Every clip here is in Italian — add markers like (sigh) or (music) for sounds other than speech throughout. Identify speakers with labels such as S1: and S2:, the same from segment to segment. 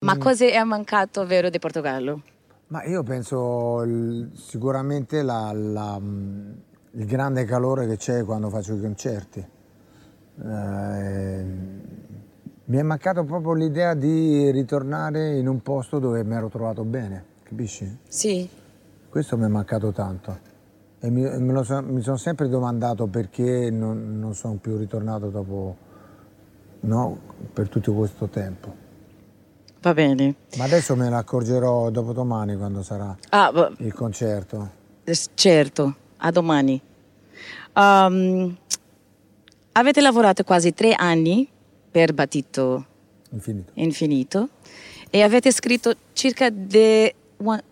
S1: Ma cosa è mancato vero di Portogallo?
S2: Ma io penso il- sicuramente la- la, mh, il grande calore che c'è quando faccio i concerti. Eh, mi è mancato proprio l'idea di ritornare in un posto dove mi ero trovato bene, capisci?
S1: Sì.
S2: Questo mi è mancato tanto. E mi, me lo so- mi sono sempre domandato perché non, non sono più ritornato dopo, no, per tutto questo tempo.
S1: Va bene.
S2: Ma adesso me ne accorgerò dopo domani quando sarà
S1: Ah, va-
S2: il concerto.
S1: s- certo, a domani. Ehm, avete lavorato quasi tre anni per Battito
S2: Infinito.
S1: Infinito e avete scritto circa de- un,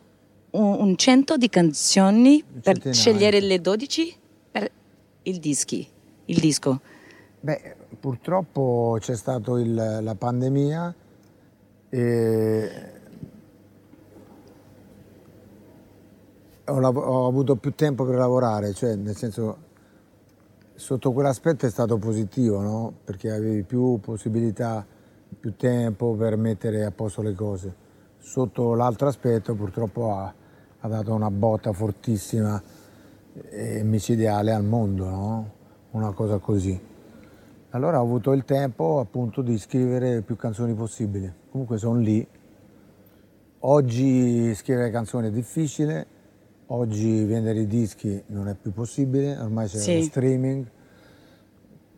S1: un cento di canzoni per
S2: Centinaio.
S1: scegliere le 12 per il, dischi, il disco.
S2: Beh, purtroppo c'è stata la pandemia e ho, lav- ho avuto più tempo per lavorare, cioè nel senso sotto quell'aspetto è stato positivo, no? Perché avevi più possibilità, più tempo per mettere a posto le cose. Sotto l'altro aspetto purtroppo ha, ha dato una botta fortissima e micidiale al mondo, no? Una cosa così. Allora ho avuto il tempo appunto di scrivere più canzoni possibili. Comunque sono lì. Oggi scrivere canzoni è difficile, oggi vendere i dischi non è più possibile, ormai c'è
S1: Sì.
S2: lo streaming.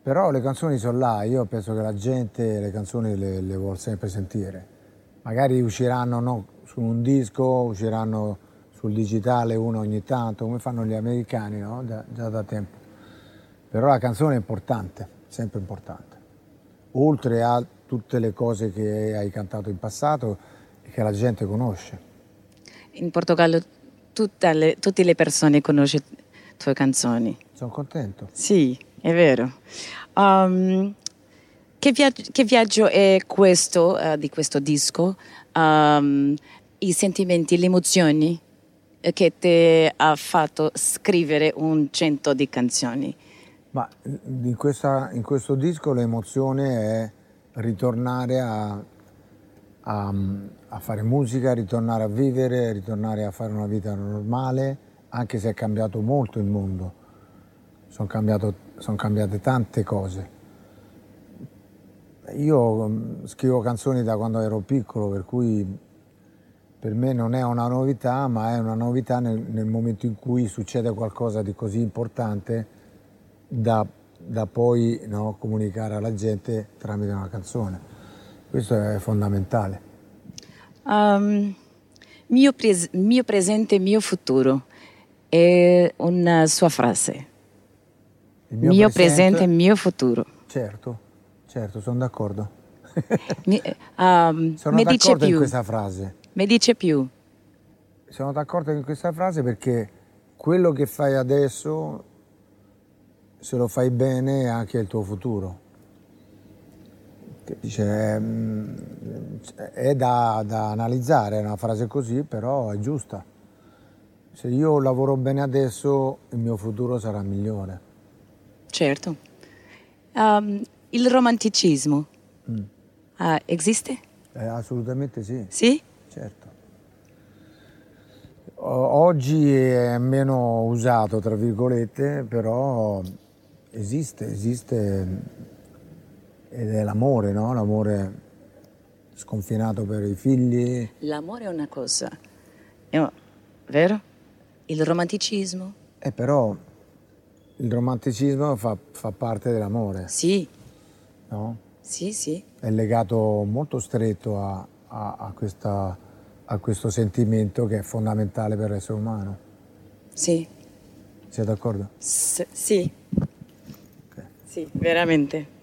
S2: Però le canzoni sono là, io penso che la gente le canzoni le, le vuole sempre sentire. Magari usciranno no, su un disco, usciranno sul digitale uno ogni tanto, come fanno gli americani no? Da- già da tempo. Però la canzone è importante, sempre importante. Oltre a tutte le cose che hai cantato in passato e che la gente conosce.
S1: In Portogallo tutta le- tutte le persone conoscono le tue canzoni.
S2: Sono contento.
S1: Sì, è vero. Um, che, via- che viaggio è questo eh, di questo disco? Um, I sentimenti, le emozioni eh, che ti ha fatto scrivere un cento di canzoni.
S2: Ma in, questa- in questo disco l'emozione è ritornare a, a- a fare musica, ritornare a vivere, ritornare a fare una vita normale, anche se è cambiato molto il mondo. Sono cambiate tante cose. Io mm, scrivo canzoni da quando ero piccolo, per cui per me non è una novità, ma è una novità nel, nel momento in cui succede qualcosa di così importante da, da poi no, comunicare alla gente tramite una canzone. Questo è fondamentale.
S1: Um, mio, pres- mio presente, mio futuro è una sua frase.
S2: Il
S1: Mio, presente, mio futuro.
S2: Certo, certo, sono d'accordo.
S1: (laughs) Mi, eh, um,
S2: Sono
S1: mi dice
S2: d'accordo in
S1: più,
S2: questa frase.
S1: mi dice più.
S2: Sono d'accordo con questa frase perché quello che fai adesso, se lo fai bene, è anche il tuo futuro. Che dice, è, mm, è da, da analizzare, è una frase così, però è giusta. Se io lavoro bene adesso, il mio futuro sarà migliore.
S1: Certo. Ehm, il romanticismo
S2: Mm.
S1: ah, esiste?
S2: Eh, assolutamente sì.
S1: Sì?
S2: Certo. O- Oggi è meno usato, tra virgolette, però esiste, esiste ed è l'amore, no? L'amore sconfinato per i figli.
S1: L'amore è una cosa, è un- Eh, vero? Il romanticismo?
S2: Eh, però il romanticismo fa, fa parte dell'amore,
S1: Sì,
S2: no?
S1: sì, sì.
S2: È legato molto stretto a- a- a questa- a questo sentimento che è fondamentale per l'essere umano.
S1: Sì,
S2: Sei d'accordo?
S1: S- sì,
S2: Ok.
S1: sì, veramente.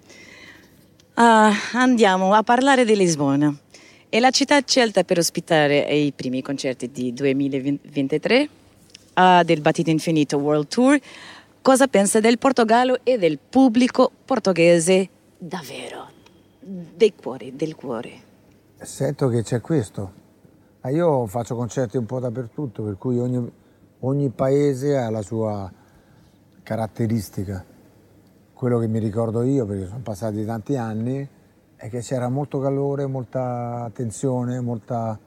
S1: Ah, andiamo a parlare di Lisbona. È la città scelta per ospitare i primi concerti di 2023 ah, del Battito Infinito World Tour. Cosa pensa del Portogallo e del pubblico portoghese davvero? Dei cuori, del cuore.
S2: Sento che c'è questo. Ma io faccio concerti un po' dappertutto, per cui ogni, ogni paese ha la sua caratteristica. Quello che mi ricordo io, perché sono passati tanti anni, è è che c'era molto calore, molta attenzione, molta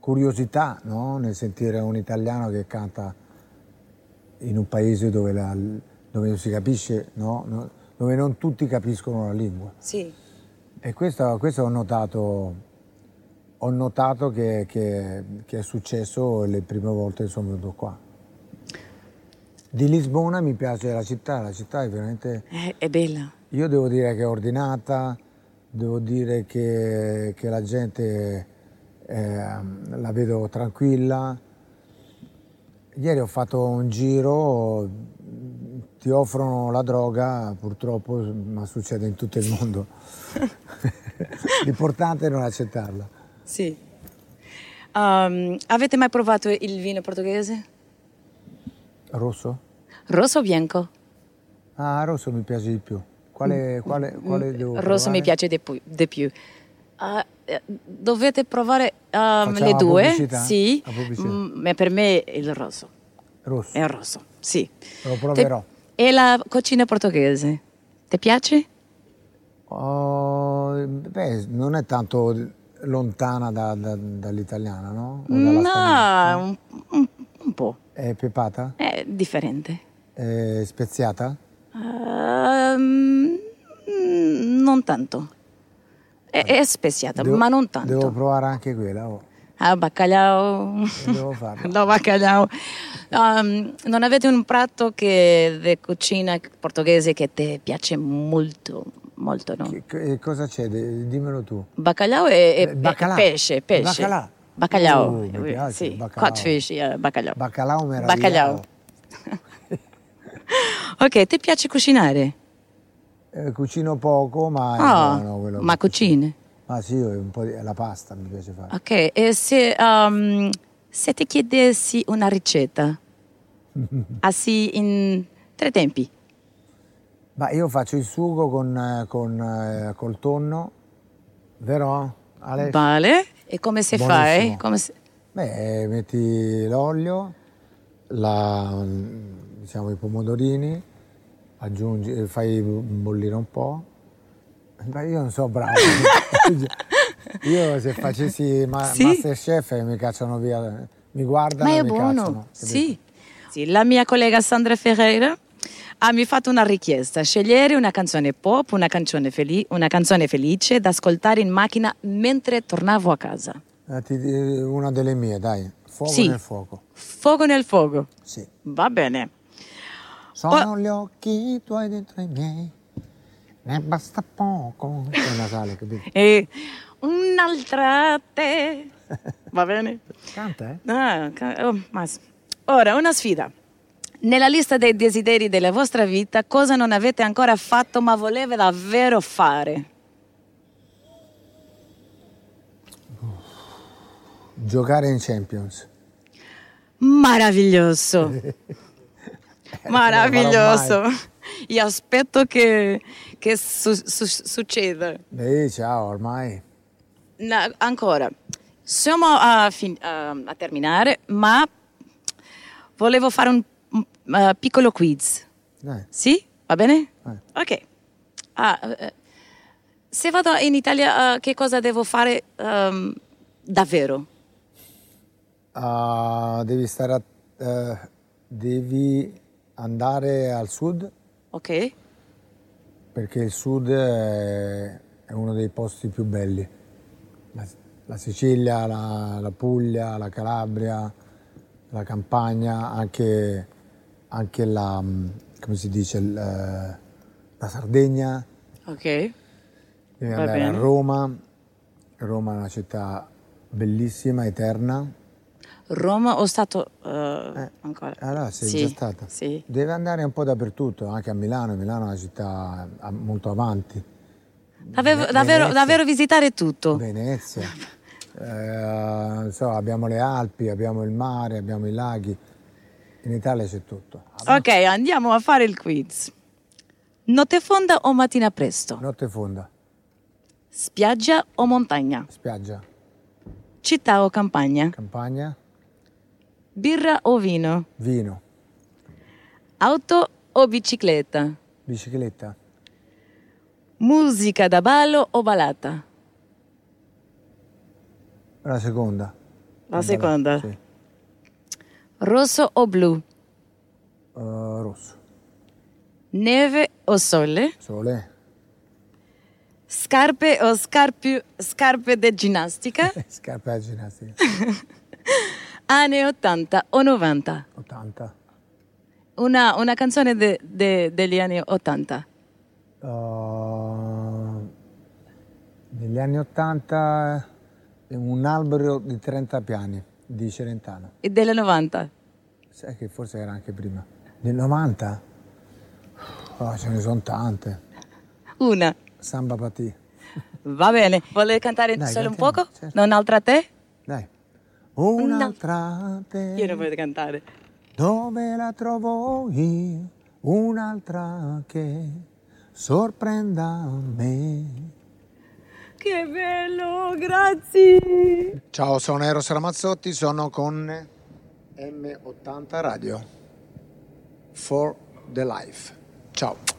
S2: curiosità no? nel sentire un italiano che canta in un paese dove, la, dove non si capisce, no? No, dove non tutti capiscono la lingua.
S1: Sì.
S2: E questo, questo ho notato, ho notato che, che- che è successo le prime volte che sono venuto qua. Di Lisbona mi piace la città, la città è veramente...
S1: È, Eh, è bella.
S2: Io devo dire che è ordinata, devo dire che, che la gente ehm, la vedo tranquilla. Ieri ho fatto un giro, ti offrono la droga, purtroppo, ma succede in tutto il
S1: (laughs)
S2: mondo. L'importante è non accettarla.
S1: Sì. Ehm, avete mai provato il vino portoghese?
S2: Rosso?
S1: Rosso o bianco?
S2: Ah, rosso mi piace di più. Quale, quale, quale devo
S1: Mm, Rosso mi
S2: provare?
S1: piace di, pu- di più. Ah, eh, dovete provare ehm,
S2: Facciamo
S1: le
S2: la
S1: due,
S2: pubblicità?
S1: sì,
S2: La pubblicità.
S1: Mm, ma per me è il rosso,
S2: Rosso.
S1: è il rosso, sì.
S2: Lo proverò.
S1: Te- e la cucina portoghese, ti piace?
S2: Oh, beh, non è tanto lontana da- da- dall'italiana, no? O dalla spagnola.
S1: No, un, un- un po',
S2: È pepata?
S1: è differente.
S2: È speziata?
S1: Ehm, mm, non tanto. È, è speziata,
S2: Devo-
S1: ma non tanto.
S2: Devo provare anche quella. oh.
S1: Ah, baccalao. (laughs)
S2: Devo farlo.
S1: No, baccalao. Um, non avete un piatto che di cucina portoghese che ti piace molto, molto, no?
S2: Che- che- cosa c'è? De- Dimmelo tu.
S1: Baccalao e, e
S2: Eh, baccalà.
S1: pe- pesce, pesce.
S2: Baccalà.
S1: Baccalao.
S2: Oh, mi piace,
S1: sì,
S2: baccalà.
S1: codfish, eh, baccalao.
S2: Baccalà o meravigliao? (laughs)
S1: Baccalao. ok, ti piace cucinare?
S2: Eh, cucino poco, ma è
S1: Ah,
S2: buono Eh, quello
S1: ma
S2: che cucino.
S1: cucini? Ah.
S2: Ma sì, io un po' di- la pasta mi piace fare.
S1: Ok, e se, um, se ti chiedessi una
S2: (laughs)
S1: ricetta, così in tre tempi,
S2: Ma io faccio il sugo con, eh, con, eh, col tonno, vero? Ale?
S1: vale? Eh, E come si
S2: Buonissimo.
S1: fai? Come si-
S2: Beh, eh, metti l'olio, la- diciamo, i pomodorini, aggiungi, eh, fai bollire un po'. Ma io non so
S1: (laughs)
S2: bravo. io se facessi ma-
S1: Sì.
S2: Masterchef eh, mi cacciano via, mi guardano
S1: Ma
S2: e
S1: è
S2: mi
S1: buono,
S2: cacciano.
S1: sì. Sì, La mia collega Sandra Ferreira ha mi fatto una richiesta, scegliere una canzone pop, una canzone, feli- una canzone felice da ascoltare in macchina mentre tornavo a casa.
S2: Eh, ti- eh, una delle mie, dai. Fuoco
S1: Sì.
S2: nel fuoco.
S1: Fuoco nel fuoco,
S2: Sì.
S1: va bene.
S2: Sono
S1: Oh.
S2: gli occhi tuoi dentro i miei. Ne basta poco. È Natale, capito?
S1: E un'altra
S2: (laughs)
S1: te, va bene?
S2: Canta, eh?
S1: Ah, ca- oh, ma s- Ora, una sfida. Nella lista dei desideri della vostra vita, cosa non avete ancora fatto ma voleva davvero fare?
S2: Giocare in Champions.
S1: Meraviglioso! Meraviglioso!
S2: Non
S1: Io aspetto che, che su- su- succeda.
S2: Ehi, ciao, ormai.
S1: No, ancora, siamo a, fin- a- a terminare, ma volevo fare un, un, eh, piccolo quiz.
S2: Dai,
S1: Sì? Va bene?
S2: vai.
S1: Ok. Ah, eh, se vado in Italia, eh, che cosa devo fare ehm, davvero?
S2: Ah, devi stare a, eh, devi andare al sud
S1: Ok?
S2: perché il sud è, è uno dei posti più belli. La, la Sicilia, la, la Puglia, la Calabria, la Campania, anche, anche la, mm, come si dice, il, eh, la Sardegna.
S1: Ok.
S2: Devi
S1: Va
S2: andare
S1: bene.
S2: a Roma. Roma è una città bellissima, eterna.
S1: Roma o stato eh, ancora?
S2: Allora, Ah, sei
S1: Sì,
S2: già stata.
S1: Sì.
S2: Deve andare un po' dappertutto, anche a Milano. Milano è una città eh, molto avanti.
S1: Avevo-
S2: Ve-
S1: davvero,
S2: Venezia.
S1: davvero visitare tutto.
S2: Venezia.
S1: (laughs)
S2: Eh, non so, abbiamo le Alpi, abbiamo il mare, abbiamo i laghi. In Italia c'è tutto.
S1: Ok, andiamo a fare il quiz. Notte fonda o mattina presto?
S2: Notte fonda,
S1: Spiaggia o montagna?
S2: spiaggia,
S1: Città o campagna?
S2: campagna,
S1: Birra o vino?
S2: vino,
S1: Auto o bicicletta?
S2: bicicletta,
S1: Musica da ballo o balata?
S2: La seconda. eh,
S1: La seconda.
S2: Sì.
S1: Rosso o blu?
S2: Eh, rosso.
S1: Neve o sole?
S2: Sole. (laughs)
S1: Scarpe o scarpi- scarpe da
S2: (laughs)
S1: ginnastica?
S2: Scarpe da ginnastica.
S1: Anni 80 o 90?
S2: 80.
S1: Una, una canzone de- de- degli anni 80.
S2: Eh, negli anni 80 eh, un albero di 30 piani di Celentano.
S1: E delle 90?
S2: Sai che forse era anche prima. Nel 90? Oh, ce ne sono tante.
S1: Una.
S2: Samba Patì.
S1: Va bene. Vuole cantare
S2: Dai,
S1: solo un
S2: cantiamo,
S1: poco?
S2: certo.
S1: Non altra te?
S2: Dai. Un'altra te.
S1: Io non voglio cantare.
S2: Dove la trovo io? Un'altra che sorprenda me.
S1: Che bello, grazie.
S2: Ciao, sono Eros Ramazzotti, sono con M80 Radio. For the Life. Ciao.